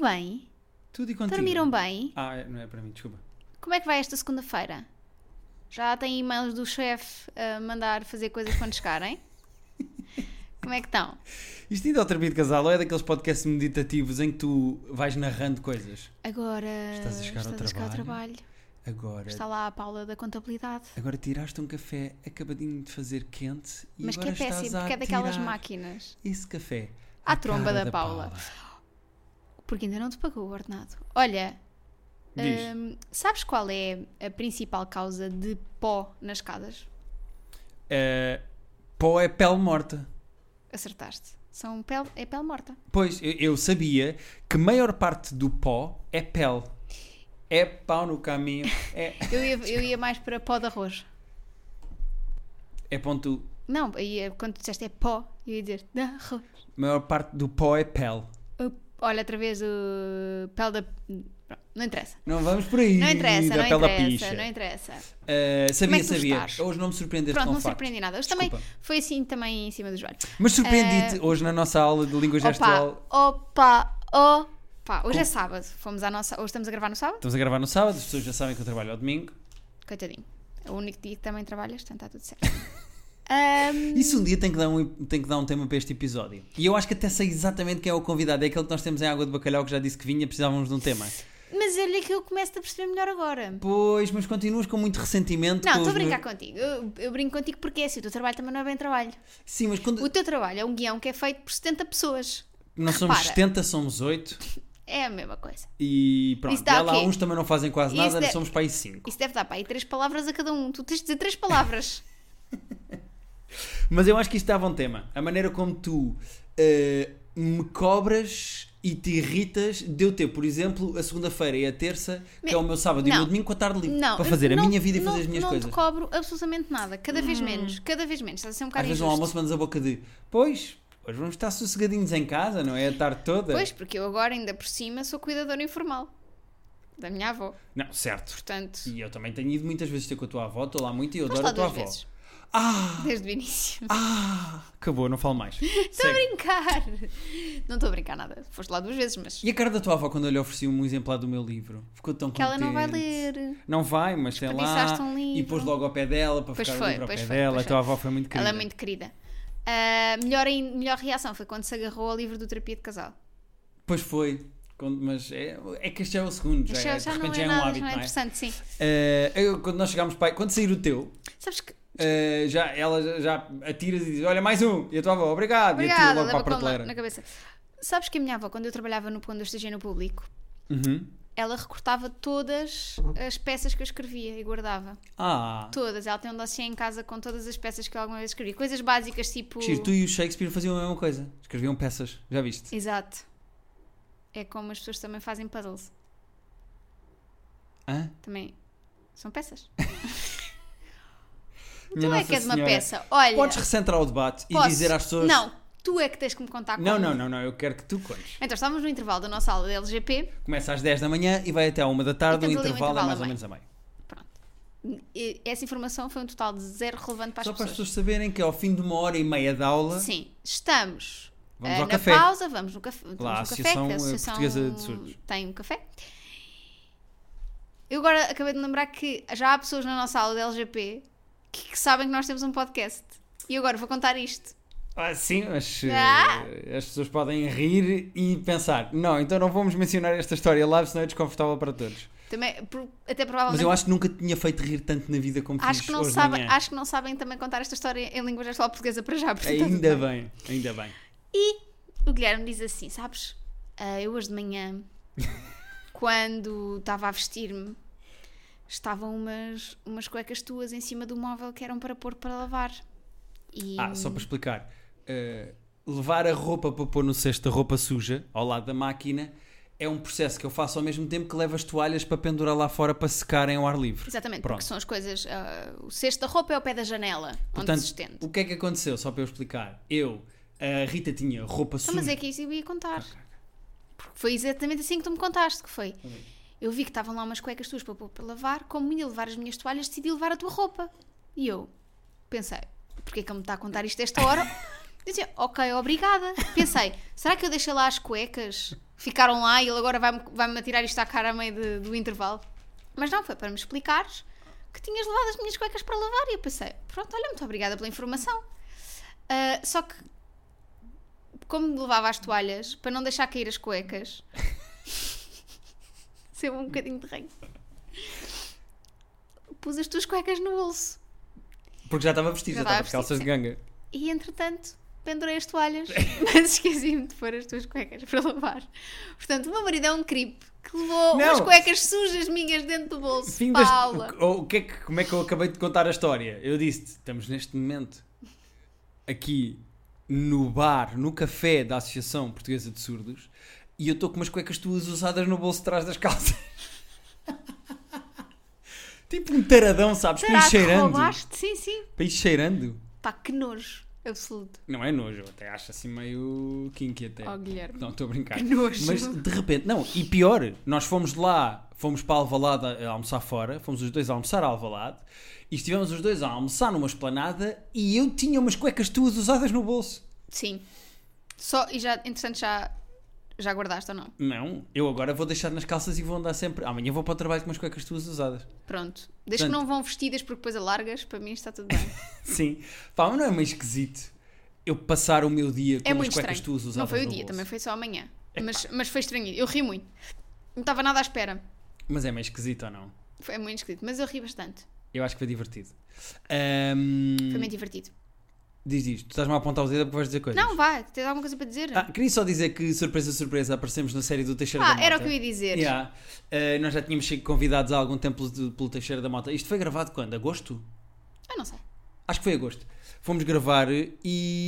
bem? Tudo e contigo. Dormiram bem? Ah, não é para mim, desculpa. Como é que vai esta segunda-feira? Já têm e-mails do chefe a mandar fazer coisas quando chegarem? Como é que estão? Isto ainda é o terapia de casal ou é daqueles podcasts meditativos em que tu vais narrando coisas? Agora Estás a chegar ao estás a chegar ao trabalho. Agora, Está lá a Paula da contabilidade. agora tiraste um café acabadinho de fazer quente e Mas que agora é estás péssimo, a porque é daquelas atirar máquinas. Esse café À tromba cara da Paula. Porque ainda não te pagou o ordenado. Olha, Diz, hum, sabes qual é a principal causa de pó nas escadas? eh, pó é pele morta. Acertaste. São pele, é pele morta. Pois, eu, eu sabia que a maior parte do pó é pele. É pau no caminho. É, Eu ia, eu ia mais para pó de arroz. é ponto. Não, aí quando tu disseste é pó, eu ia dizer de arroz. A maior parte do pó é pele. Olha, através do pele da. Pronto, não interessa. Não vamos por aí. Não interessa, da não pele à interessa, picha. não interessa. Como Eh, é sabia, que tu sabia. estás? Hoje não me surpreendeste Pronto, com não o facto. surpreendi nada. Hoje Desculpa. também foi assim também em cima do joelho. Mas surpreendi-te hoje na nossa aula de língua gestual. Eh, Opa, opa, opa. Hoje é sábado. Fomos à nossa. Hoje estamos a gravar no sábado? Estamos a gravar no sábado, as pessoas já sabem que eu trabalho ao domingo. Coitadinho. É o único dia que também trabalhas, portanto está tudo certo. Ahm, Isso um dia tem que, dar um, tem que dar um tema para este episódio. E eu acho que até sei exatamente quem é o convidado. É aquele que nós temos em Água de Bacalhau que já disse que vinha, precisávamos de um tema. mas olha que eu começo a perceber melhor agora. Pois, mas continuas com muito ressentimento. Não, com estou a os meus- brincar contigo. Eu, eu brinco contigo porque é assim, o teu trabalho também não é bem trabalho. Sim, mas quando. O teu trabalho é um guião que é feito por 70 pessoas. Nós somos repara. 70, somos 8 É a mesma coisa. e pronto. Isso dá e há lá o quê? uns também não fazem quase Isso nada, dá- somos para aí 5. Isso deve dar para aí três palavras a cada um. Tu tens de dizer três palavras. Mas eu acho que isto dava um tema. A maneira como tu eh, me cobras e te irritas de eu ter, por exemplo, a segunda-feira e a terça, que é o meu sábado e o meu não. domingo, com a tarde livre. Não, para fazer eu a não- minha vida e não- fazer as minhas não coisas. Hum. te cobro absolutamente nada. Cada vez menos. Cada vez menos. Estás a ser um Às bocado vezes um injusto. almoço mandas a boca de pois, hoje vamos estar sossegadinhos em casa, não é? A tarde toda. Pois, porque eu agora, ainda por cima, sou cuidadora informal. Da minha avó. Não, certo. Portanto, E eu também tenho ido muitas vezes ter com a tua avó, estou lá muito e eu foste adoro lá a tua duas avó. vezes. Ah! Desde o início. Ah! Acabou, não falo mais. Estou a Segue. brincar. Não estou a brincar nada. Foste lá duas vezes, mas... E a cara da tua avó quando eu lhe ofereci um exemplar do meu livro? Ficou tão Que ela não vai contente. ler. Não vai, mas tem lá. Desperdiçaste um livro. e pôs logo ao pé dela para Pois ficar foi, o livro ao pois pé foi, dela. pois A tua avó foi muito querida. Ela é muito querida. Ah, melhor, ain- melhor reação foi quando se agarrou ao livro do Terapia de Casal. Pois foi. Quando- Mas é, é que este é o segundo, já, Mas já, é, já de não repente é já é um nada, hábito, já não é não é? interessante, sim. Eh, eu- quando nós chegámos para aí, quando sair o teu, Sabes que Uh, já, ela já- já atira e diz: Olha, mais um! E a tua avó, obrigado! e atira Obrigada, logo para leva a com na, prateleira. na cabeça. Sabes que a minha avó, quando eu trabalhava no quando eu estagiei no público, Uhum. ela recortava todas as peças que eu escrevia e guardava. Ah, Todas. Ela tem um dossiê em casa com todas as peças que eu alguma vez escrevi. Coisas básicas tipo. que giro, tu e o Shakespeare faziam a mesma coisa. Escreviam peças, já viste? Exato. É como as pessoas também fazem puzzles. Hã? Também. São peças. Minha tu é Nossa que és uma Senhora. peça. Olha. Podes recentrar o debate posso. e dizer às pessoas: Não, tu é que tens que me contar não, como. não, não, não, eu quero que tu contes. Então estávamos no intervalo da nossa aula de LGP. Começa às 10 da manhã e vai até à 1 da tarde, E o tens ali um intervalo é intervalo mais ou a menos a meio. E Essa informação foi um total de zero relevante para as Só para as pessoas. pessoas saberem que é ao fim de uma hora e meia de aula, Sim, estamos Vamos eh, ao na café. pausa, vamos no café. vamos Lá, no a café, Associação, que eh, Portuguesa de Surdos. Tem um café. Eu agora acabei de lembrar que já há pessoas na nossa aula de LGP que, que sabem que nós temos um podcast. E agora vou contar isto. Ah, sim, mas eh, Ah! as pessoas podem rir e pensar: não, então não vamos mencionar esta história lá, senão é desconfortável para todos. Também, por- até Mas provavelmente. eu acho que nunca te tinha feito rir tanto na vida como acho fiz que não hoje de sabem, manhã. acho que não sabem também contar esta história em língua gestual portuguesa para já. portanto, Ainda bem, ainda bem. O Guilherme diz assim: Sabes, ah, eu hoje de manhã, quando estava a vestir-me, estavam umas, umas cuecas tuas em cima do móvel que eram para pôr para lavar. E Ah, só para explicar. eh, levar a roupa para pôr no cesto da roupa suja, ao lado da máquina, é um processo que eu faço ao mesmo tempo que levo as toalhas para pendurar lá fora para secarem ao ar livre. Exatamente, Pronto. porque são as coisas. ah, o cesto da roupa é ao pé da janela, onde Portanto, se estende. o que é que aconteceu? Só para eu explicar. Eu, a Rita tinha roupa Ah, suja. mas é que isso eu ia contar. Porque foi exatamente assim que tu me contaste que foi. Eu vi que estavam lá umas cuecas tuas para pôr para lavar, como ia levar as minhas toalhas, decidi levar a tua roupa. E eu pensei, porquê que ele me está a contar isto a esta hora? Eu disse, ok, obrigada. Pensei, será que eu deixei lá as cuecas ficaram lá e ele agora vai-me vai atirar isto à cara a meio de- do intervalo. Mas não, foi para me explicares que tinhas levado as minhas cuecas para lavar e eu pensei, pronto, olha, muito obrigada pela informação. Ah, só que, como levava as toalhas, para não deixar cair as cuecas, sempre um bocadinho de reino, pus as tuas cuecas no bolso. Porque já estava vestido, já Já estava estava com calças de ganga. E entretanto, pendurei as toalhas, mas esqueci-me de pôr as tuas cuecas para lavar. Portanto, o meu marido é um creep que levou Não. umas cuecas sujas minhas dentro do bolso. Fim deste- Paula. o, o que é que- como é que eu acabei de contar a história? Eu disse-te, estamos neste momento aqui no bar, no café da Associação Portuguesa de Surdos e eu estou com umas cuecas tuas usadas no bolso de trás das calças. tipo um taradão, sabes? Para ir Será que cheirando. roubaste? Sim, sim. Para ir cheirando. Pá, que nojo. Absoluto. Não é nojo, eu até acho assim meio kinky até. Oh, Guilherme. Não, estou a brincar. Que nojo. Mas de repente, não, e pior, nós fomos lá, fomos para Alvalade a- a almoçar fora, fomos os dois a almoçar a Alvalade e estivemos os dois a almoçar numa esplanada e eu tinha umas cuecas tuas usadas no bolso. Sim. Só, e já, entretanto, já, já guardaste ou não? Não, eu agora vou deixar nas calças e vou andar sempre. Amanhã vou para o trabalho com umas cuecas tuas usadas. Pronto. Desde que Portanto- não vão vestidas porque depois alargas, para mim está tudo bem. Sim, pá, mas não é meio esquisito eu passar o meu dia com É umas muito cuecas estranho. tuas usadas não foi o no dia, bolso. também foi só amanhã. Mas, mas foi estranho. Eu ri muito. Não estava nada à espera. Mas é meio esquisito ou não? Foi é muito esquisito, mas eu ri bastante. Eu acho que foi divertido. Ahm, Foi muito divertido. diz isto, estás-me a apontar o dedo porque vais dizer coisas. Não, vá, tens alguma coisa para dizer? Ah, queria só dizer que, surpresa, surpresa, aparecemos na série do Teixeira da Ah, Mota. era o que eu ia dizer. Yeah. Uh, nós já tínhamos sido convidados há algum tempo pelo, pelo Teixeira da Mota. Isto foi gravado quando? Agosto? Ah, não sei. Acho que foi agosto. Fomos gravar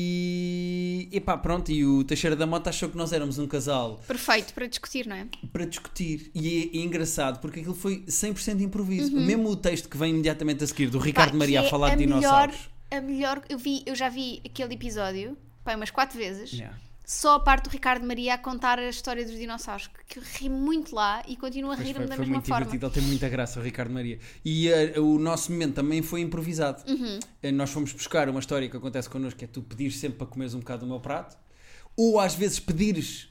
e. Epá, pronto, e o Teixeira da Mota achou que nós éramos um casal Perfeito para discutir, não é? para discutir. E é, é engraçado porque aquilo foi 100% improviso. Mesmo o texto que vem imediatamente a seguir do Ricardo Uhum. Pá, Maria que a é falar de melhor- dinossauros. A melhor, eu vi, eu já vi aquele episódio, pá, umas quatro vezes. Yeah. Só a parte do Ricardo Maria a contar a história dos dinossauros, que, que eu ri muito lá e continuo a Pois rir-me foi, da foi mesma muito forma. divertido, ele tem muita graça, o Ricardo Maria. E eh, o nosso momento também foi improvisado. Uhum. Eh, Nós fomos buscar uma história que acontece connosco, que é tu pedires sempre para comeres um bocado do meu prato, ou às vezes pedires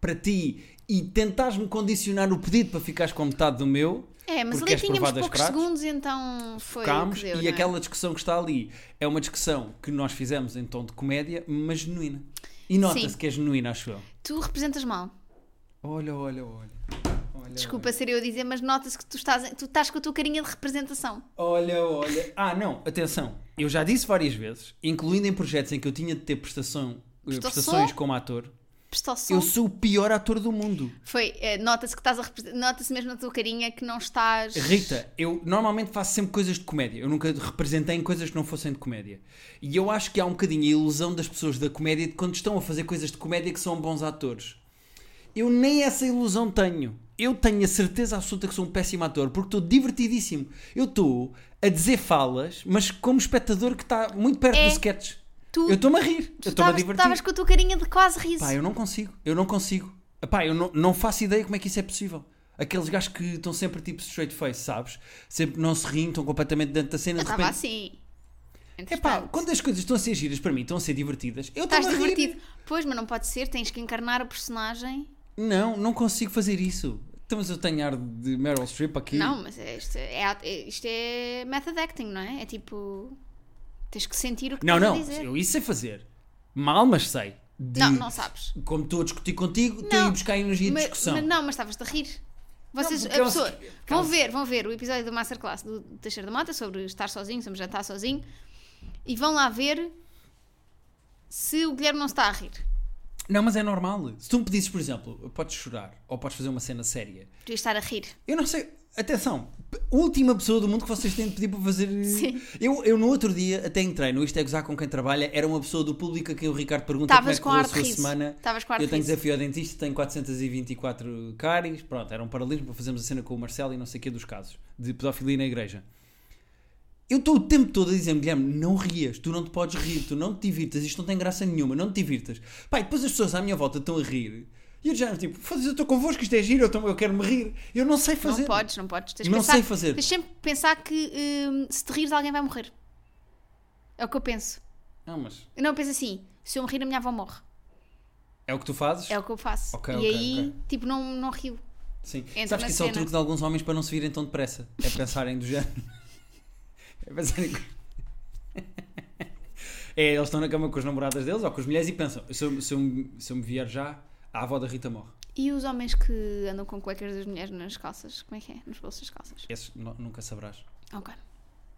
para ti e tentares-me condicionar o pedido para ficares com metade do meu, É, mas ali Porque és tínhamos provado as poucos pratos. segundos, então foi focámos, o que deu, e não é? aquela discussão que está ali é uma discussão que nós fizemos em tom de comédia, mas genuína. E nota-se Sim. que é genuína, acho eu. Tu representas mal. Olha, olha, olha. olha Desculpa ser eu a dizer, mas nota-se que tu estás, tu estás com a tua carinha de representação. Olha, olha. Ah, não, atenção. Eu já disse várias vezes, incluindo em projetos em que eu tinha de ter prestação, eh, Prestação? prestações como ator, Prestou som. eu sou o pior ator do mundo. Foi, eh, nota-se que estás a represen- nota-se mesmo na tua carinha que não estás. Rita, eu normalmente faço sempre coisas de comédia. Eu nunca representei em coisas que não fossem de comédia. E eu acho que há um bocadinho a ilusão das pessoas da comédia de quando estão a fazer coisas de comédia que são bons atores. Eu nem essa ilusão tenho. Eu tenho a certeza absoluta que sou um péssimo ator, porque estou divertidíssimo. Eu estou a dizer falas, mas como espectador que está muito perto É. dos sketches. Tu- eu estou-me a rir. Tu Eu estou-me a estavas divertir. estavas com a tua carinha de quase riso. Pá, eu não consigo, eu não consigo. Pá, eu não, não faço ideia como é que isso é possível. Aqueles gajos que estão sempre tipo straight face, sabes? Sempre não se riem, estão completamente dentro da cena. Eu de estava repente. assim. Epá, Entretanto, quando as coisas estão a ser giras para mim, estão a ser divertidas, eu estou a estás rir. divertido. Pois, mas não pode ser, tens que encarnar o personagem. Não, não consigo fazer isso. Então, mas eu tenho ar de Meryl Streep aqui. Não, mas é- isto é, é- isto é method acting, não é? É tipo. Tens que sentir o que não, estás não, a dizer. eu isso sei fazer. Mal, mas sei. De- Não, não sabes. Como estou a discutir contigo, estou a Não, ir buscar energia de mas, discussão. mas não, mas estavas a rir. Vocês, Não, a porque eu- pessoa, porque eu- vão ver, vão ver o episódio do Masterclass do Teixeira da Mota sobre estar sozinho, sobre jantar sozinho, e vão lá ver se o Guilherme não está a rir. não, mas é normal. Se tu me pedisses, por exemplo, podes chorar ou podes fazer uma cena séria, Podia estar a rir. Eu não sei. Atenção, p- última pessoa do mundo que vocês têm de pedir para fazer. eh, Sim. Eu, eu no outro dia até entrei no Isto é Gozar com quem trabalha, era uma pessoa do público a quem o Ricardo pergunta Estavas com como é ar que de correu a sua riso. semana. Estavas com ar de Eu tenho riso. desafio ao dentista, tenho 424 cáries. Pronto, era um paralelismo para fazermos a cena com o Marcelo e não sei o que dos casos de pedofilia na igreja. Eu estou o tempo todo a dizer, Guilherme, não rias, tu não te podes rir, tu não te divirtas, isto não tem graça nenhuma, não te divirtas. Pá, e depois as pessoas à minha volta estão a rir. E eu já, tipo, foda-se, eu estou convosco, isto é giro, eu, tô- eu quero me rir. Eu não sei fazer. Não podes, não podes. Tens de Não pensar- sei fazer. Tens sempre que pensar que hum, se te rires alguém vai morrer. É o que eu penso. Não, mas Eu não penso assim, se eu me rir a minha avó morre. é É o que tu fazes? É o que eu faço. Ok, e ok, aí, ok. tipo, não, não rio. Sim. Entra Sabes na que isso é o cena. truque de alguns homens para não se virem tão depressa. É pensarem do género. É pensarem. co- É, eles estão na cama com as namoradas deles ou com as mulheres e pensam: se eu, se eu, me- se eu me vier já, a avó da Rita morre. E os homens que andam com cuecas das mulheres nas calças? Como é que é? Nos bolsos das calças. Esses nu- nunca saberás. Ok,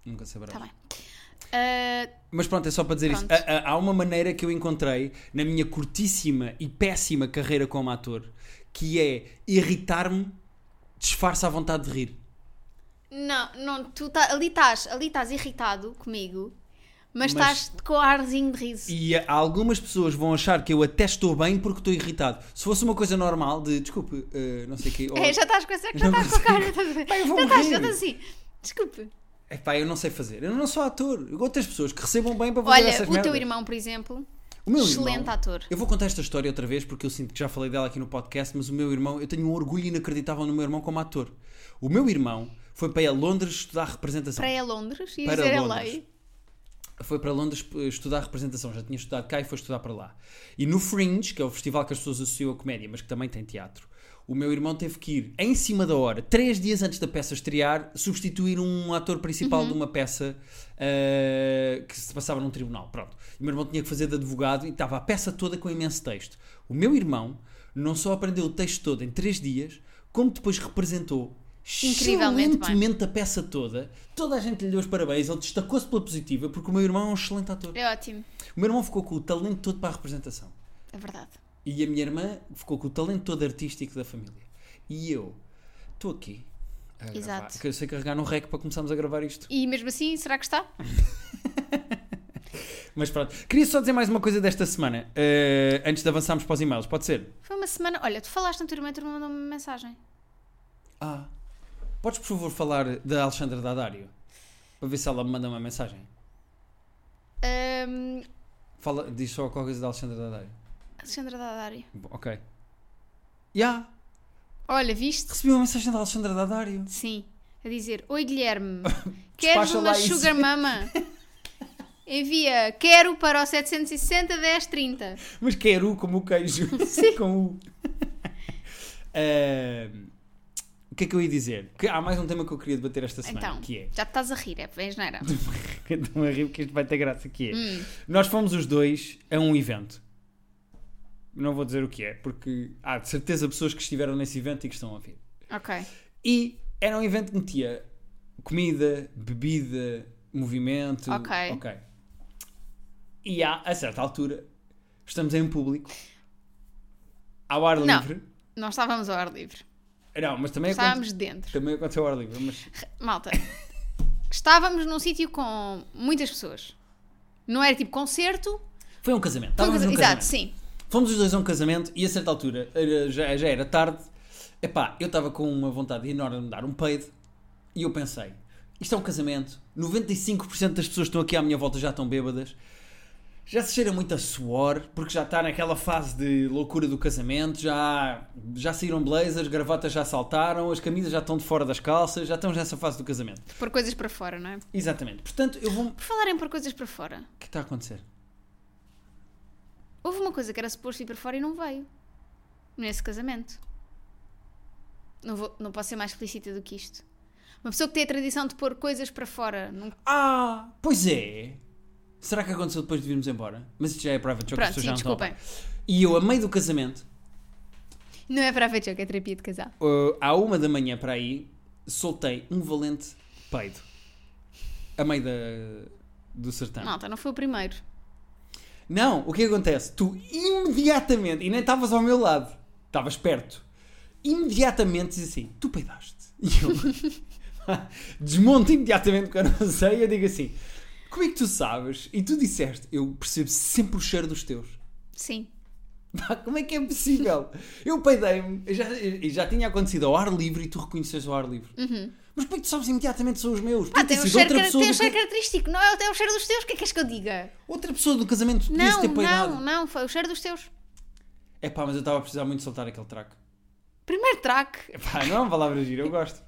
Nunca saberás. está Tá bem. Ah, Mas pronto, é só para dizer Pronto. isto. Há- há- Há uma maneira que eu encontrei na minha curtíssima e péssima carreira como ator que é irritar-me, disfarça a vontade de rir. não, não, tu tá, ali estás, ali estás irritado comigo, mas Mas- estás com arzinho de riso. E eh, algumas pessoas vão achar que eu até estou bem porque estou irritado. Se fosse uma coisa normal de desculpe, eh, não sei o quê. Ou, É, já estás com essa já Não estás com a cara, estás a ver? Pá, eu vou Já estás, já morrer. estás assim. Desculpe. Epá, eu não sei fazer. Eu não sou ator. Eu gosto das pessoas que recebam bem para fazer Olha, essas o teu merdas. Tá. irmão, por exemplo, O meu excelente irmão- ator. Eu vou contar esta história outra vez porque eu sinto que já falei dela aqui no podcast, mas o meu irmão, eu tenho um orgulho inacreditável no meu irmão como ator. O meu irmão foi para Londres estudar representação. Para Londres, e Para dizer Londres. LA. Foi para Londres eh, estudar representação, já tinha estudado cá e foi estudar para lá. E no Fringe, que é o festival que as pessoas associam a comédia, mas que também tem teatro, o meu irmão teve que ir em cima da hora, três dias antes da peça estrear, substituir um ator principal Uhum. de uma peça eh, que se passava num tribunal. Pronto. E o meu irmão tinha que fazer de advogado e estava a peça toda com imenso texto. O meu irmão não só aprendeu o texto todo em três dias, como depois representou Incrivelmente bem. excelentemente a peça toda. Toda a gente lhe deu os parabéns, ele destacou-se pela positiva, porque o meu irmão é um excelente ator. É ótimo, O meu irmão ficou com o talento todo para a representação. é verdade. E a minha irmã ficou com o talento todo artístico da família. E eu estou aqui. a gravar, Exato. Que eu sei carregar no rec para começarmos a gravar isto. E mesmo assim, será que está? Mas pronto. Queria só dizer mais uma coisa desta semana, eh, antes de avançarmos para os e-mails. Pode ser? Foi uma semana. Olha, tu falaste na tua irmã, a tua irmã mandou-me uma mensagem. Ah. Podes, por favor, falar da Alexandra Dadário? Para ver se ela me manda uma mensagem. Ahm, Fala, diz só qualquer coisa da Alexandra Dadário. Alexandra Dadário. Bom, Ok. Já. Olha, viste? Recebi uma mensagem da Alexandra Dadário. Sim. A dizer: Oi Guilherme, queres Despacha uma lá isso." Sugar Mama? Envia quero para o 760 1030. Mas quero como o queijo. Sim. com o. Ahm, o que é que eu ia dizer? Que há mais um tema que eu queria debater esta semana, Então, que é. já te estás a rir, é bem geneira. Estou a rir porque isto vai ter graça, que é. Hum. Nós fomos os dois a um evento. Não vou dizer o que é, porque há de certeza pessoas que estiveram nesse evento e que estão a ouvir. Ok. E era um evento que metia comida, bebida, movimento. Ok. E há, a certa altura, estamos em público, ao ar Não. livre. Nós estávamos ao ar É livre. Não, mas também, aconte- Estávamos dentro. também aconteceu ao ar livre. Mas Malta, estávamos num sítio com muitas pessoas. Não era tipo concerto. foi um casamento. Foi um Estávamos casa- num Exato, sim. casamento. Fomos os dois a um casamento e a certa altura, era- já, já era tarde, epá, eu estava com uma vontade enorme de me dar um peido e eu pensei, isto é um casamento, 95% das pessoas que estão aqui à minha volta já estão bêbadas, já se cheira muito a suor, porque já está naquela fase de loucura do casamento, já, já saíram blazers, gravatas já saltaram, as camisas já estão de fora das calças, já estamos nessa fase do casamento. Por coisas para fora, não é? Por Exatamente, portanto eu vou... O falarem por coisas para fora. que está a acontecer? Houve uma coisa que era suposto ir para fora e não veio. Nesse casamento. Não, vou, não posso ser mais explícita do que isto. Uma pessoa que tem a tradição de pôr coisas para fora. Num... Ah, pois é. Será que aconteceu depois de virmos embora? Mas isto já é private joke, Pronto, as pessoas sim, já não estão a par. desculpem. E eu, a meio do casamento, Não é para a joke, é terapia de casal. uh, à uma da manhã para aí, soltei um valente peido. A meio da, do sertão. Não. Malta, não foi o primeiro. o que acontece? Tu imediatamente, e nem estavas ao meu lado, estavas perto, imediatamente dizes assim: tu peidaste. E eu desmonto imediatamente porque eu não sei, eu digo assim: como é que tu sabes? E tu disseste: eu percebo sempre o cheiro dos teus. Sim. Pá, como é que é possível? Eu peidei-me, e já, e já tinha acontecido ao ar livre e tu reconheces ao ar livre. Mas como é que tu sabes imediatamente que são os meus? Ah, Podia Uhum. tem ter um sido cheiro, outra cara- pessoa, tem um do, cheiro ca- característico. Não é o- é o cheiro dos teus. O que é que és que eu diga? outra pessoa do casamento podia Não, ter peidado. não, não. Foi o cheiro dos teus. É pá, mas eu estava a precisar muito soltar aquele traco. Primeiro track. É pá, não é uma palavra gira, eu gosto.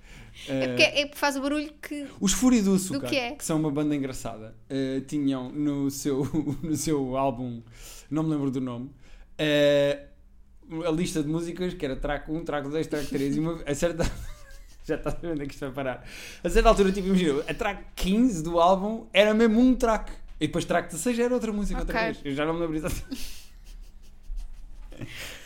Eh, É porque, é porque faz o barulho que. Os Fúria do Açúcar, Do que é? são uma banda engraçada, eh, tinham no seu, no seu álbum, não me lembro do nome, eh, a lista de músicas, que era track 1, track 2, track 3, e uma, a certa. Já estás vendo é que isto vai parar. A certa altura, tipo, imagina, a track 15 do álbum era mesmo um track. E depois track 16 era outra música, outra Ok. vez. Eu já não me lembro exatamente.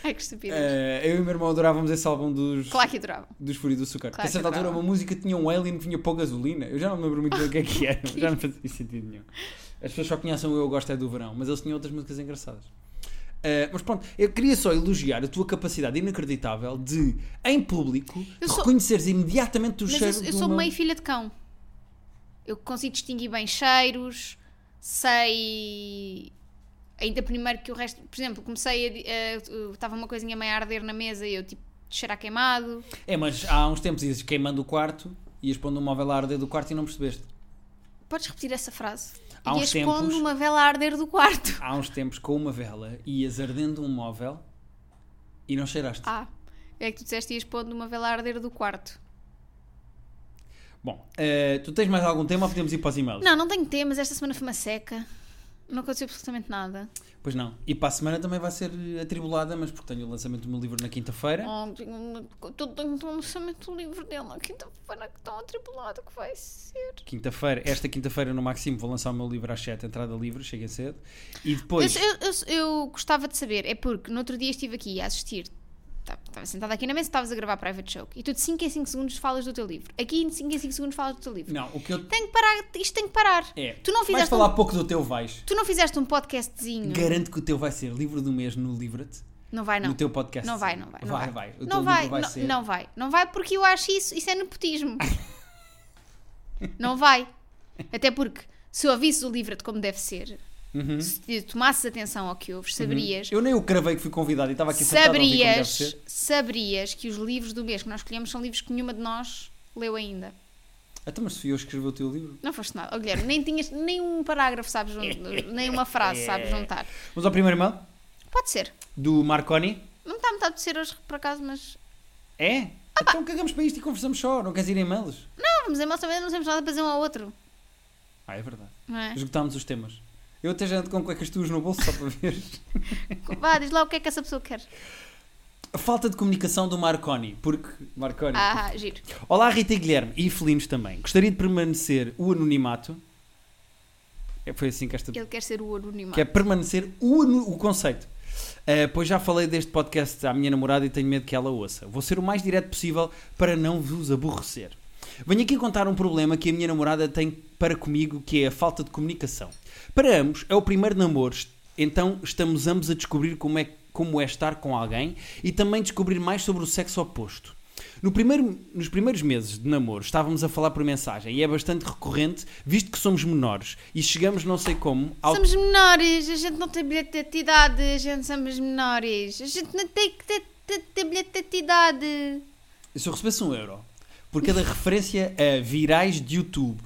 Ai, que É. estupidez. Eh, eu e o meu irmão adorávamos esse álbum dos, Claro que adorava. dos Fúria do Açúcar. Claro a que certa altura, adorava. uma música tinha um alien que vinha pôr gasolina. Eu já não me lembro muito bem o que é que era. já não fazia sentido nenhum. As pessoas só conhecem o Eu Gosto é do Verão, mas eles tinham outras músicas engraçadas. Eh, mas pronto, eu queria só elogiar a tua capacidade inacreditável de, em público, Eu sou- reconheceres imediatamente o Mas cheiro eu, eu de sou uma- meio filha de cão. Eu consigo distinguir bem cheiros, sei. Ainda primeiro que o resto. Por exemplo, comecei a. di- a- Estava uma coisinha meio a arder na mesa e eu tipo. Cheira a queimado. É, mas há uns tempos ias queimando o quarto, ias pondo um móvel a arder do quarto e não percebeste. Podes repetir essa frase? Há e uns tempos- expondo uma vela a arder do quarto. Há uns tempos, com uma vela, ias ardendo um móvel e não cheiraste. Ah, é que tu disseste e expondo uma vela a arder do quarto. Bom, eh, tu tens mais algum tema ou podemos ir para os e-mails? Não, não tenho temas. Esta semana foi uma seca. Não aconteceu absolutamente nada. Pois não. E para a semana também vai ser atribulada, mas porque tenho o lançamento do meu livro na quinta-feira. Oh, tenho uma- tô- tenho um lançamento do livro dela. Quinta-feira que tão atribulada que vai ser. Quinta-feira, esta quinta-feira no Maximo vou lançar o meu livro às 7, entrada livre, cheguem cedo. E depois, Eu, eu- eu gostava de saber, é porque no outro dia estive aqui a assistir, estava sentada aqui na mesa, estavas a gravar Private Show, e tu de 5 em 5 segundos falas do teu livro. Aqui de 5 em 5 segundos falas do teu livro. não, o que eu Tem que parar, isto tem que parar. é, Tu não vais fizeste, falar um, pouco do teu vais. tu não fizeste um podcastzinho. Garanto que o teu vai ser livro do mês no Livra-te, Não vai, não. no teu podcast. Não vai, não vai. Não vai, vai, vai. O teu Não vai, livro vai não, ser. não vai. Não vai porque eu acho isso, isso é nepotismo. não vai. Até porque se eu ouvisse o livro-te como deve ser, Uhum. se te tomasses atenção ao que ouves, saberias. Hum? Eu nem o cravei que fui convidado e estava aqui sentado a ouvir como deve Saberias, ser. saberias que os livros do mês que nós escolhemos são livros que nenhuma de nós leu ainda. Então, mas se eu escrever o teu livro. Não foste nada. Oh, Guilherme, nem tinhas nem um parágrafo, sabes, jun- nem uma frase, sabes, juntar. Vamos ao primeiro e-mail Pode ser. do Marconi. Não me está metade de ser hoje, por acaso, mas. É? Então cagamos para isto e conversamos só, não queres ir em e-mails? Não, vamos em mal também, não temos nada para dizer um ao outro. Ah, é verdade. Não é? Esgotámos os temas. Eu até já ando com cuecas tuas no bolso só para ver. Vá, diz lá o que é que essa pessoa quer. A falta de comunicação do Marconi, porque Marconi. Ah, giro. Olá Rita e Guilherme e felinos também. Gostaria de permanecer o anonimato. É, foi assim que esta Ele quer ser o anonimato. que é permanecer o, anu- o conceito. Uh, pois já falei deste podcast à minha namorada e tenho medo que ela ouça. Vou ser o mais direto possível para não vos aborrecer. Venho aqui contar um problema que a minha namorada tem para comigo, que é a falta de comunicação. Para ambos, é o primeiro namoro, est- então estamos ambos a descobrir como é, como é estar com alguém e também descobrir mais sobre o sexo oposto. No primeiro- nos primeiros meses de namoro estávamos a falar por mensagem e é bastante recorrente, visto que somos menores e chegamos, não sei como, ao Somos menores, a gente não tem bilhete de identidade, a gente somos menores. A gente não tem que ter, ter- ter bilhete de identidade. Se eu recebesse um euro por cada referência a virais de YouTube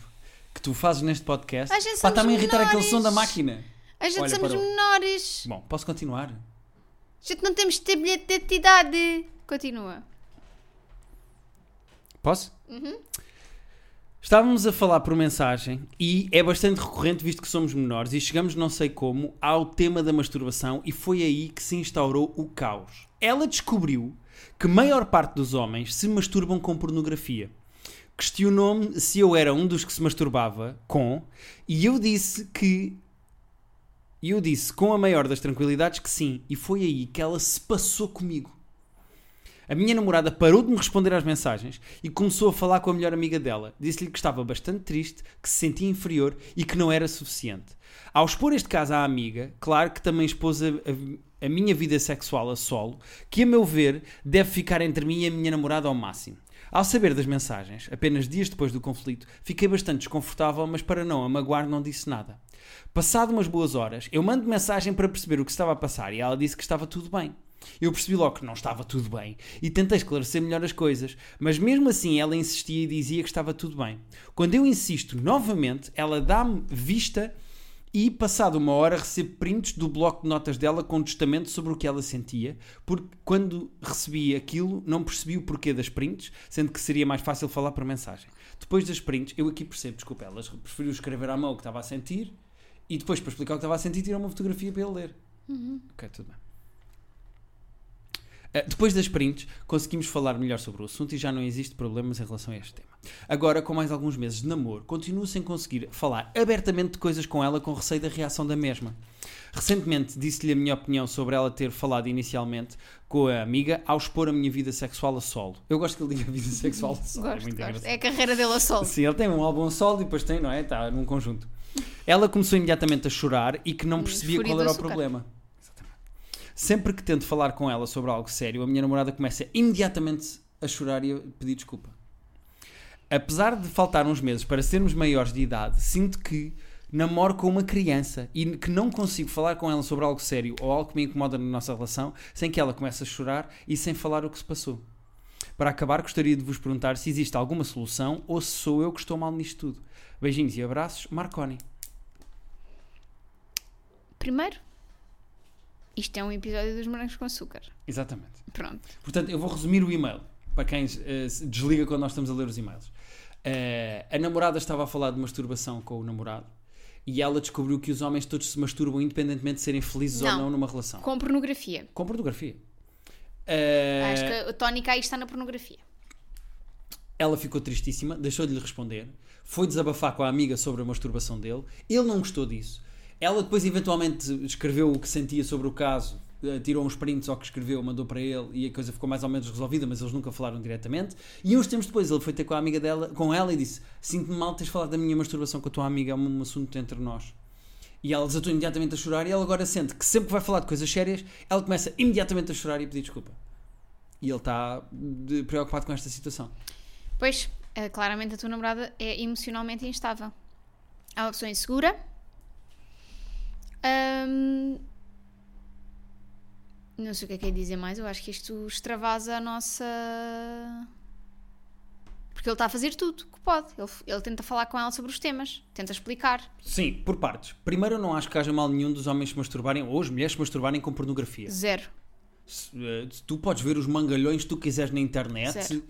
que tu fazes neste podcast, Às vezes para somos também irritar menores. aquele som da máquina. A gente Olha, somos parou. menores. Bom, posso continuar? A gente não temos de ter bilhete de identidade. Continua. Posso? Estávamos a falar por mensagem e é bastante recorrente visto que somos menores e chegamos não sei como ao tema da masturbação e foi aí que se instaurou o caos. Ela descobriu que maior parte dos homens se masturbam com pornografia. Questionou-me se eu era um dos que se masturbava com e eu disse que e eu disse com a maior das tranquilidades que sim e foi aí que ela se passou comigo. A minha namorada parou de me responder às mensagens e começou a falar com a melhor amiga dela. Disse-lhe que estava bastante triste, que se sentia inferior e que não era suficiente. Ao expor este caso à amiga, claro que também expôs a, a- a minha vida sexual a solo, que a meu ver deve ficar entre mim e a minha namorada ao máximo. Ao saber das mensagens, apenas dias depois do conflito, fiquei bastante desconfortável, mas para não a magoar não disse nada. Passado umas boas horas, eu mando mensagem para perceber o que estava a passar e ela disse que estava tudo bem. Eu percebi logo que não estava tudo bem e tentei esclarecer melhor as coisas, mas mesmo assim ela insistia e dizia que estava tudo bem. Quando eu insisto novamente, ela dá-me vista e, passado uma hora, recebo prints do bloco de notas dela com testamento sobre o que ela sentia, porque quando recebi aquilo não percebi o porquê das prints, sendo que seria mais fácil falar por mensagem. Depois das prints, eu aqui percebo, desculpa, ela preferiu escrever à mão o que estava a sentir e depois, para explicar o que estava a sentir, tirou uma fotografia para ele ler. Ok, tudo bem. Eh, depois das prints, conseguimos falar melhor sobre o assunto e já não existe problemas em relação a este tema. Agora, com mais alguns meses de namoro, continuo sem conseguir falar abertamente de coisas com ela com receio da reação da mesma. Recentemente disse-lhe a minha opinião sobre ela ter falado inicialmente com a amiga ao expor a minha vida sexual a solo. Eu gosto que ele diga vida sexual a solo. é Gosto, muito gosto. engraçado. É a carreira dele a sol. Sim, ele tem um álbum solo e depois tem, não é? Está num conjunto. Ela começou imediatamente a chorar e que não percebia fúria qual do era o açúcar. problema. Exatamente. Sempre que tento falar com ela sobre algo sério, a minha namorada começa imediatamente a chorar e a pedir desculpa. Apesar de faltar uns meses para sermos maiores de idade, sinto que namoro com uma criança e que não consigo falar com ela sobre algo sério ou algo que me incomoda na nossa relação sem que ela comece a chorar e sem falar o que se passou. Para acabar, gostaria de vos perguntar se existe alguma solução ou se sou eu que estou mal nisto tudo. Beijinhos e abraços, Marconi. Primeiro, isto é um episódio dos Morangos com Açúcar. Exatamente. Pronto. Portanto, eu vou resumir o e-mail para quem eh, se desliga quando nós estamos a ler os e-mails. Eh, a namorada estava a falar de masturbação com o namorado e ela descobriu que os homens todos se masturbam independentemente de serem felizes ou Não. não numa relação. Com pornografia. Com pornografia. Eh, Acho que a tónica aí está na pornografia. Ela ficou tristíssima, deixou de lhe responder, foi desabafar com a amiga sobre a masturbação dele, ele não gostou disso. Ela depois eventualmente escreveu o que sentia sobre o caso, eh, tirou uns prints ao que escreveu, mandou para ele e a coisa ficou mais ou menos resolvida, mas eles nunca falaram diretamente. E uns tempos depois ele foi ter com a amiga dela, com ela e disse: "Sinto-me mal de teres falado da minha masturbação com a tua amiga, é um assunto entre nós". E ela desatou imediatamente a chorar e ela agora sente que sempre que vai falar de coisas sérias, ela começa imediatamente a chorar e a pedir desculpa. E ele está de- preocupado com esta situação. Pois, eh, claramente a tua namorada é emocionalmente instável. É uma pessoa insegura. Ahm, Não sei o que é que é de dizer mais. Eu acho que isto extravasa a nossa. Porque ele está a fazer tudo que pode. Ele, ele tenta falar com ela sobre os temas, tenta explicar. Sim, por partes. Primeiro, eu não acho que haja mal nenhum dos homens se masturbarem ou as mulheres se masturbarem com pornografia. Zero. Se, eh, tu podes ver os mangalhões que tu quiseres na internet. Se, Certo.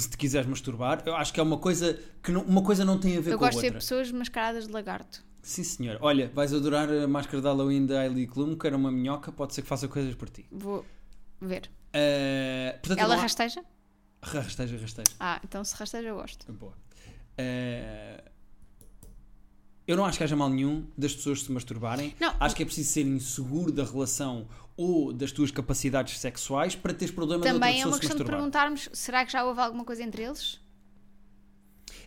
se te quiseres masturbar, eu acho que é uma coisa que não, uma coisa não tem a ver Eu com a gosto de outra. ter pessoas mascaradas de lagarto. Sim, senhor. Olha, vais adorar a máscara da Halloween da Hailey Klum, que era uma minhoca, pode ser que faça coisas por ti. Vou ver. Eh, portanto, Ela não há- rasteja? Rasteja, rasteja. Ah, então se rasteja eu gosto. Boa. Eh, eu não acho que haja mal nenhum das pessoas se masturbarem. Não. Acho que é preciso ser inseguro da relação ou das tuas capacidades sexuais para teres problema de outra Também é pessoa uma se questão de masturbar. perguntarmos: será que já houve alguma coisa entre eles?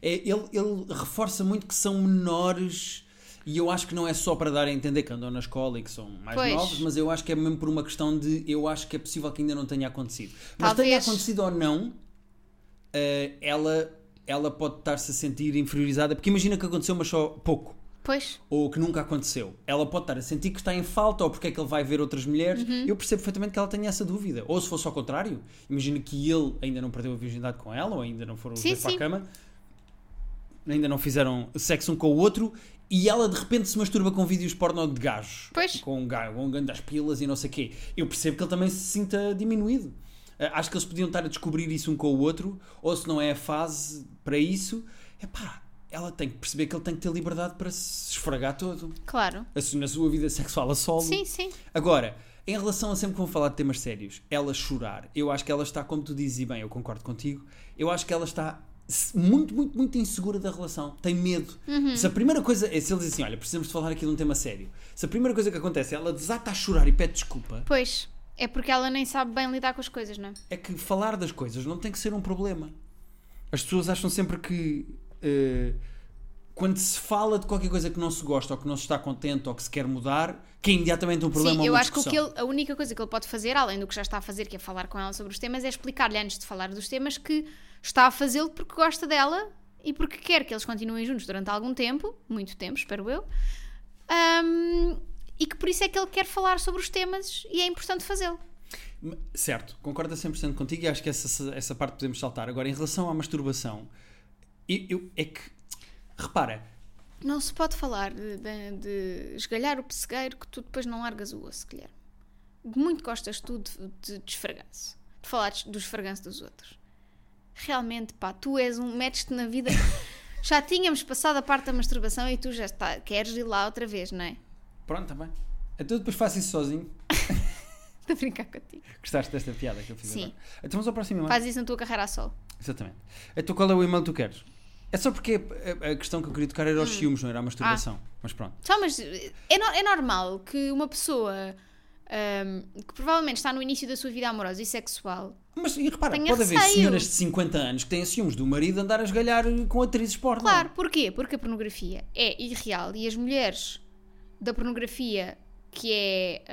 É, ele, ele reforça muito que são menores e eu acho que não é só para dar a entender que andam na escola e que são mais Pois. novos, mas eu acho que é mesmo por uma questão de eu acho que é possível que ainda não tenha acontecido. Mas Talvez. tenha acontecido ou não, eh, ela, ela pode estar-se a sentir inferiorizada, porque imagina que aconteceu, mas só pouco. Pois, ou que nunca aconteceu. Ela pode estar a sentir que está em falta ou porque é que ele vai ver outras mulheres. Uhum. Eu percebo perfeitamente que ela tenha essa dúvida. Ou se fosse ao contrário, imagina que ele ainda não perdeu a virgindade com ela ou ainda não foram os Sim, dois para a sim. cama, ainda não fizeram sexo um com o outro e ela de repente se masturba com vídeos porno de gajos. Pois. Com um gajo, com um gajo das pilas e não sei o quê. Eu percebo que ele também se sinta diminuído. Ah, Acho que eles podiam estar a descobrir isso um com o outro, ou se não é a fase para isso, é pá, ela tem que perceber que ele tem que ter liberdade para se esfregar todo. claro. A su- Na sua vida sexual a solo. Sim, sim. Agora, em relação a sempre que vão falar de temas sérios, ela chorar, eu acho que ela está, como tu dizes, e bem, eu concordo contigo, eu acho que ela está s- muito, muito, muito insegura da relação, tem medo. Uhum. Se a primeira coisa, é se ele diz assim, olha, precisamos de falar aqui de um tema sério, se a primeira coisa que acontece é ela desata a chorar e pede desculpa, Pois, é porque ela nem sabe bem lidar com as coisas, não é? é que falar das coisas não tem que ser um problema. As pessoas acham sempre que eh, quando se fala de qualquer coisa que não se gosta ou que não se está contente ou que se quer mudar, que é imediatamente um problema Sim, ou eu uma acho que, o que discussão. ele- a única coisa que ele pode fazer, além do que já está a fazer, que é falar com ela sobre os temas, é explicar-lhe antes de falar dos temas que está a fazê-lo porque gosta dela e porque quer que eles continuem juntos durante algum tempo muito tempo, espero eu ahm, e que por isso é que ele quer falar sobre os temas e é importante fazê-lo. Certo, concordo a 100% contigo e acho que essa, essa parte podemos saltar. Agora, em relação à masturbação, eu, eu- é que, repara, Não se pode falar de, de- de esgalhar o pessegueiro que tu depois não largas o osso, Guilherme. Muito gostas tu de, de, de esfreganço. De falar de- do esfreganço dos outros. Realmente, pá, tu és um. metes-te na vida. já tínhamos passado a parte da masturbação e tu já está, queres ir lá outra vez, não é? tá pronto, está bem. Então eu depois faço isso sozinho. Estou a brincar contigo. Gostaste desta piada que eu fiz Sim. agora? Então vamos ao próximo e-mail. Faz isso na tua carreira a sol. Exatamente. Então qual é o e-mail que tu queres? É só porque a, a questão que eu queria tocar era Hum. aos ciúmes, não era a masturbação. Ah. Mas pronto. Só, mas eh, é, no- é normal que uma pessoa ahm, que provavelmente está no início da sua vida amorosa e sexual Mas e repara, Tenho pode haver receio. senhoras de 50 anos que têm ciúmes do marido andar a esgalhar com atrizes porno. Claro, porquê? Porque a pornografia é irreal e as mulheres da pornografia, que é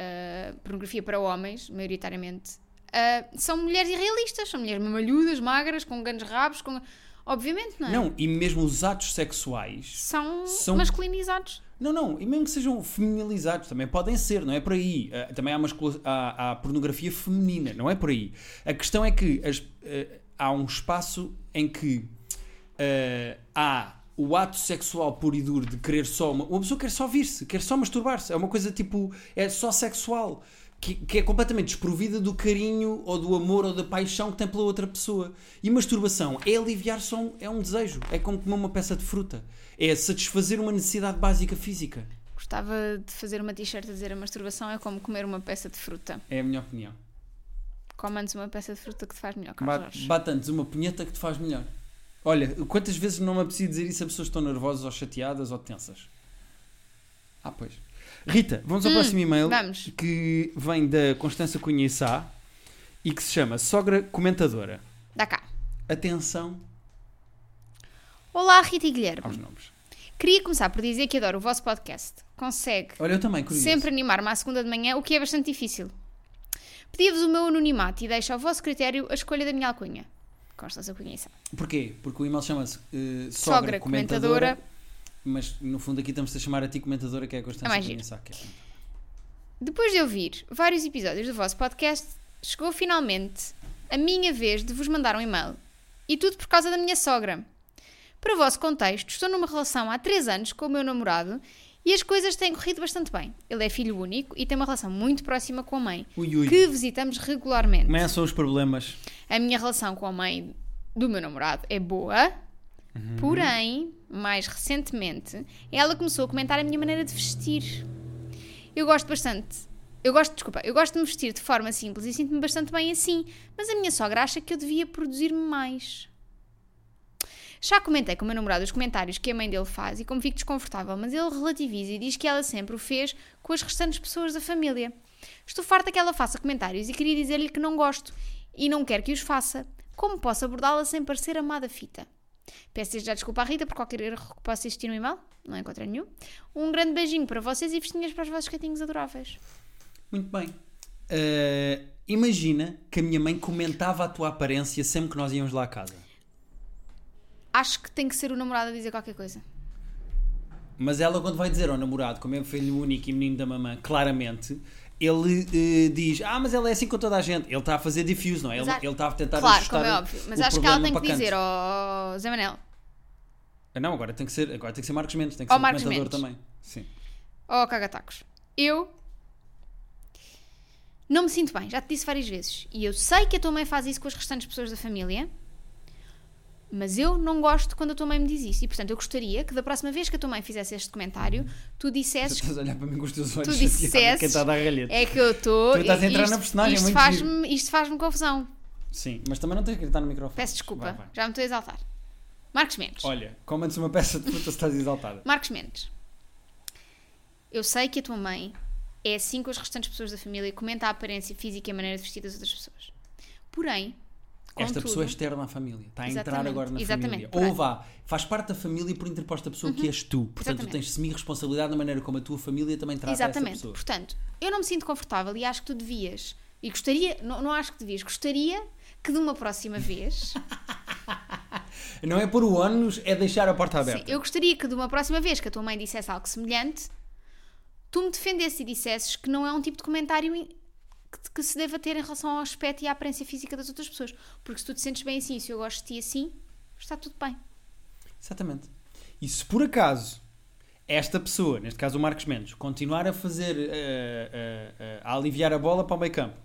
ah, pornografia para homens, maioritariamente, ah, são mulheres irrealistas, são mulheres mamalhudas, magras, com grandes rabos, com... obviamente, não é? Não, e mesmo os atos sexuais. São, São- masculinizados. Não, não, e mesmo que sejam feminilizados, também podem ser, não é por aí. Ah, também há, mascula- há, há pornografia feminina, não é por aí. A questão é que as- ah, há um espaço em que ah, há o ato sexual puro e duro de querer só. Uma, uma pessoa quer só vir-se, quer só masturbar-se. É uma coisa tipo. É só sexual. Que, que é completamente desprovida do carinho ou do amor ou da paixão que tem pela outra pessoa. E masturbação é aliviar só um, é um desejo. É como comer uma peça de fruta. É satisfazer uma necessidade básica física. Gostava de fazer uma t-shirt a dizer a masturbação é como comer uma peça de fruta. É a minha opinião. Come antes uma peça de fruta que te faz melhor, Carlos Bate, Jorge. bate antes uma punheta que te faz melhor. Olha, quantas vezes não me apetecia dizer isso a pessoas que estão nervosas ou chateadas ou tensas? Ah, pois. Rita, vamos ao Hum, próximo e-mail vamos. que vem da Constança Cunha Sá e que se chama Sogra Comentadora. Dá cá. Atenção Olá, Rita e Guilherme. aos nomes. Queria começar por dizer que adoro o vosso podcast. Consegue Olha, eu também, curioso. sempre animar-me à segunda de manhã, o que é bastante difícil. Pedi-vos o meu anonimato e deixo ao vosso critério a escolha da minha alcunha. Constança Cunha é. Sá. Porquê? Porque o e-mail chama-se eh, Sogra, Sogra comentadora, comentadora. mas no fundo aqui estamos a chamar a ti comentadora, que é a É Constança mais Cunha giro. Sá. que é- Depois de ouvir vários episódios do vosso podcast, chegou finalmente a minha vez de vos mandar um e-mail. E tudo por causa da minha sogra. Para o vosso contexto, estou numa relação há 3 anos com o meu namorado e as coisas têm corrido bastante bem. Ele é filho único e tem uma relação muito próxima com a mãe, Ui, ui. que visitamos regularmente. Começam os problemas. A minha relação com a mãe do meu namorado é boa, porém, mais recentemente, ela começou a comentar a minha maneira de vestir. Eu gosto bastante. Eu gosto, desculpa, eu gosto de me vestir de forma simples e sinto-me bastante bem assim, mas a minha sogra acha que eu devia produzir-me mais. Já comentei com o meu namorado os comentários que a mãe dele faz e como fico desconfortável, mas ele relativiza e diz que ela sempre o fez com as restantes pessoas da família. Estou farta que ela faça comentários e queria dizer-lhe que não gosto e não quero que os faça. Como posso abordá-la sem parecer amada fita? Peço desde já desculpa à Rita por qualquer erro que possa existir no e-mail, não encontrei nenhum. Um grande beijinho para vocês e festinhas para os vossos gatinhos adoráveis. Muito bem. Ah, imagina que a minha mãe comentava a tua aparência sempre que nós íamos lá à casa. Acho que tem que ser o namorado a dizer qualquer coisa. Mas ela, quando vai dizer ao namorado, como é filho único e menino da mamã, claramente, ele eh, diz: Ah, mas ela é assim com toda a gente. Ele está a fazer diffuse, não é? Ele, Exato. ele está a tentar claro, ajustar como é óbvio. Mas o acho que ela tem problema que para canto. dizer ao Zé Manel, Ah, Não, agora tem que ser, agora tem que ser Marcos Mendes, tem que Ao ser Marcos comentador Mendes. também. Sim. ao oh, Cagatacos, eu não me sinto bem, já te disse várias vezes. E eu sei que a tua mãe faz isso com as restantes pessoas da família, mas eu não gosto quando a tua mãe me diz isso. E portanto, eu gostaria que da próxima vez que a tua mãe fizesse este comentário, tu Tu dissesses estás a olhar para mim com os teus olhos tu chateados, dissesses- quem está a dar ralhete. É que eu estou. Tu estás a entrar na personagem, é isto muito faz-me Isto faz-me confusão. Sim, mas também não tens que gritar no microfone. Peço desculpa, Vai, vai. já me estou a exaltar. Marcos Mendes. Olha, comente-se uma peça de fruta se estás exaltada. Marcos Mendes. Eu sei que a tua mãe é assim com as restantes pessoas da família e comenta a aparência física e a maneira de vestir das outras pessoas. Porém, Esta contudo, pessoa é externa à família, está a entrar Exatamente, agora na exatamente, família. por aí. Ou vá, faz parte da família por interposta pessoa que és tu. Portanto, tu Exatamente. tens semi-responsabilidade na maneira como a tua família também trata Exatamente. essa pessoa. Portanto, eu não me sinto confortável e acho que tu devias. E gostaria, não, não acho que devias, gostaria que de uma próxima vez. Não é pôr o ónus, é deixar a porta Sim, aberta. eu gostaria que de uma próxima vez que a tua mãe dissesse algo semelhante, tu me defendesse e dissesses que não é um tipo de comentário em- que, que se deva ter em relação ao aspecto e à aparência física das outras pessoas. Porque se tu te sentes bem assim, se eu gosto de ti assim, está tudo bem. Exatamente. E se por acaso esta pessoa, neste caso o Marcos Mendes, continuar a fazer, eh, eh, eh, a aliviar a bola para o meio campo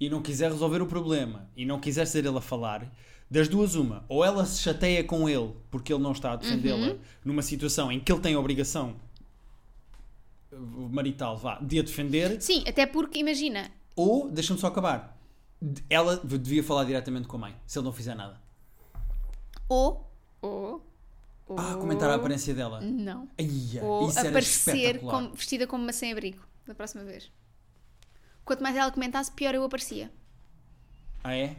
e não quiser resolver o problema e não quiser ser ele a falar, das duas uma, ou ela se chateia com ele porque ele não está a Uhum. defendê-la numa situação em que ele tem a obrigação eh, marital, vá, de a defender, Sim, até porque, imagina, Ou, deixa-me só acabar, de- ela devia falar diretamente com a mãe, se ele não fizer nada. Ou. Ou. Ah, ou- comentar a aparência dela. Não. Aia, Oh. Uhum. Ou isso era aparecer espetacular. como- vestida como uma sem-abrigo da próxima vez. Quanto mais ela comentasse, pior eu aparecia. Ah, é?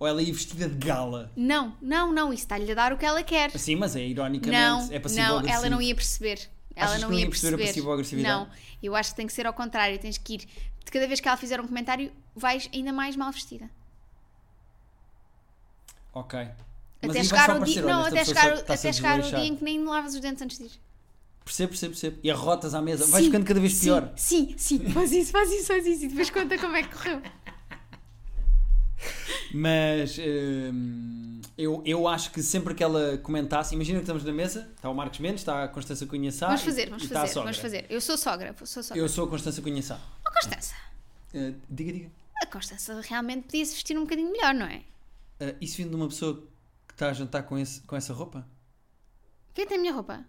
Ou ela ia vestida de gala. Não, não, não, isso está-lhe a dar o que ela quer. Assim, mas é ironicamente, Não, é passivo não, agressivo. ela não ia perceber. Ela Achas não que não ia ia perceber é a perceber. passivo-agressividade? não, eu acho que tem que ser ao contrário. Tens que ir. De cada vez que ela fizer um comentário, vais ainda mais mal vestida. Ok. Até aí vai chegar só ao dia. aparecer, Não, olha, esta até pessoa chegar, ao- está-se até a chegar o desleixar. dia em que nem lavas os dentes antes de ir. Percebo, percebo, percebo. E arrotas à mesa. Vais Sim, ficando cada vez sim, pior. Sim, sim, faz isso, faz isso, faz isso. E depois conta como é que correu. Mas hum, eu, eu acho que sempre que ela comentasse, imagina que estamos na mesa, está o Marcos Mendes, está a Constança Cunha Sá Vamos Ah, e- fazer, vamos e está a fazer, vamos sogra. fazer. Eu sou sogra, sou sogra. Eu sou a Constança Cunha Sá. Oh, Constança, Eh, diga, diga. a Constança realmente podia se vestir um bocadinho melhor, não é? Eh, isso vindo de uma pessoa que está a jantar com, esse, com essa roupa? Vê tem a minha roupa.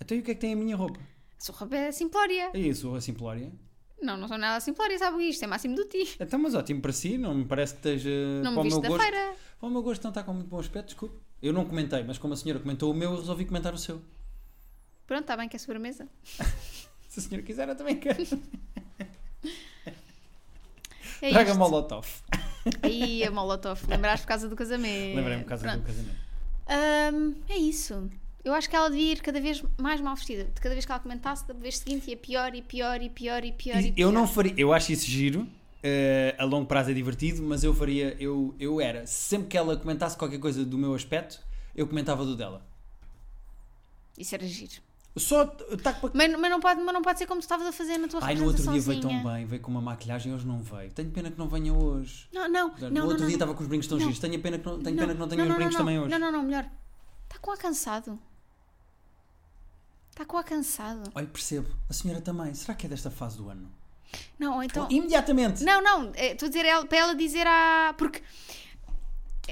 Até o que é que tem a minha roupa? A sua roupa é simplória. É isso, a simplória. Não, não sou nada simplória, sabe isto? É máximo do ti. Então, mas ótimo para si, não me parece que esteja. Não me para o meu viste da gosto. feira. Para o meu gosto não está com muito bom aspecto, desculpe. Eu não comentei, mas como a senhora comentou o meu, eu resolvi comentar o seu. Pronto, está bem que é sobremesa. Se a senhora quiser, eu também quero. É Traga isto. molotov. Aí a Molotov. Lembraste por causa do casamento. Lembrei-me por causa do É, Pronto. casamento. Ahm, é isso. Eu acho que ela devia ir cada vez mais mal vestida. De cada vez que ela comentasse, da vez seguinte ia pior e pior e pior e pior e pior. Eu não faria, eu acho isso giro, eh, a longo prazo é divertido, mas eu faria, eu, eu era, sempre que ela comentasse qualquer coisa do meu aspecto, eu comentava do dela. Isso era giro. Só t- taco para. Mas, mas não pode, mas não pode ser como tu estavas a fazer na tua Ai, no outro dia veio tão representaçãozinha. bem, veio com uma maquilhagem, hoje não veio. Tenho pena que não venha hoje. Não, não, não. No não, não, outro dia não. estava com os brincos tão Não. giros. Tenho pena que não, tenho pena que não tenha não, os não, brincos não, também não. hoje. Não, não, não, melhor. Está com a cansado. Está com a cansado. Olha, percebo. A senhora também. Será que é desta fase do ano? Não, ou então. Imediatamente! Não, não, eh, estou a dizer ela- para ela dizer à. Porque.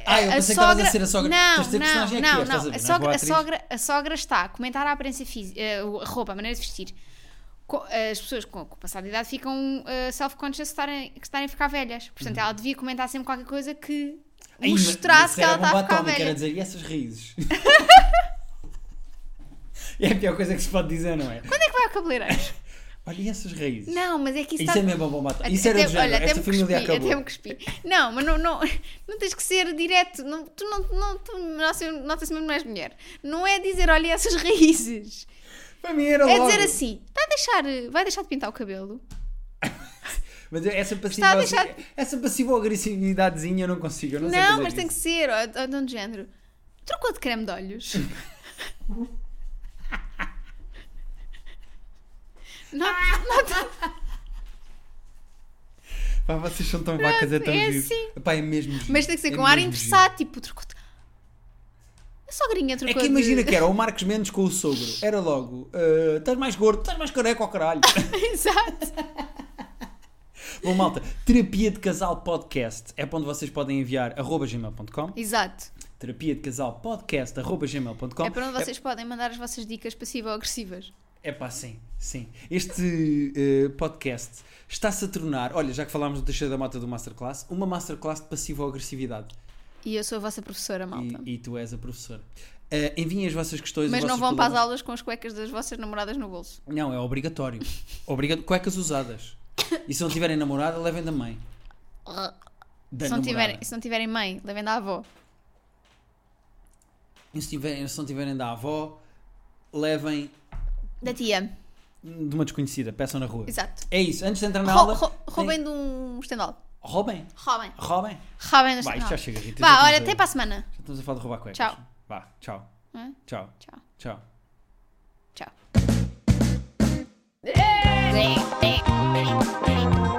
Ah, eu a pensei que sogra- estavas a ser a sogra. Não, Estás a ser personagem não, aqui, não, estás não. a ver, não A é? sogra, Boa a, atriz. sogra, a sogra está a comentar a aparência física, eh, a roupa, a maneira de vestir. Co- As pessoas com, com o passar de idade ficam eh, self-conscious de estarem, de estarem a ficar velhas. Portanto, ela devia comentar sempre qualquer coisa que Ai, Uhum. mas- mostrasse mas que ela era está a bomba ficar atómica, velha. Era dizer, e essas raízes? é a pior coisa que se pode dizer, não é? Quando é que vai ao cabeleireiro? Olha, e essas raízes? não, mas é que isso, Isso está. é mesmo a bomba atómica. Isso era do género. Esta me família cuspi, acabou. Até me cuspi. Não, mas não, não, não tens que ser direto. Não, tu não, não, tu, nossa, nota-se mesmo que não és mulher. Não é dizer, olha essas raízes. Para mim era É logo. dizer assim, está a deixar, vai deixar de pintar o cabelo. Mas essa a passiva, deixar- essa passiva agressividadezinha eu não consigo. Eu não, sei não, fazer mas tem que isso. ser, ou, ou de um género. Trocou de creme de olhos. Não, Pá, vocês são tão vacas, é tão é giro. assim. Pá, é mesmo giro. mas tem que ser É com ar mesmo giro. interessado, tipo, trocou de... A sogrinha É trocou que imagina de... que era o Marcos Mendes com o sogro. Era logo, ah, estás mais gordo, estás mais careca ao caralho. Exato. Bom, malta, terapia de casal podcast é para onde vocês podem enviar arroba gmail.com. Exato. terapia de casal podcast arroba gmail.com. É para onde vocês podem mandar as vossas dicas passivo-agressivas. É pá, sim, sim. Este eh, podcast está-se a tornar, olha, já que falámos do Teixeira da Mota do Masterclass, uma Masterclass de passivo-agressividade. E eu sou a vossa professora, malta. E, e tu és a professora. Eh, enviem as vossas questões. Mas os não vossos vão para as problemas. aulas com as cuecas das vossas namoradas no bolso. Não, é obrigatório. Obrigado. Cuecas usadas. E se não tiverem namorada, levem da mãe. Da Se não, namorada. tiverem, se não tiverem mãe, levem da avó. E se, tiverem, se não tiverem da avó, levem Da tia. de uma desconhecida. Peçam na rua. Exato. É isso. Antes de entrar na Ro- aula... ro- tem- Roubem de um estendal. Roubem. Roubem. Roubem. Roubem de um Vai, estendal. isto já chega, Rita. já Vá, olha, estamos até a- para a semana. Já estamos a falar de roubar cuecas. Tchau. Vá, tchau. Hã? Tchau. Tchau. Tchau. Tchau.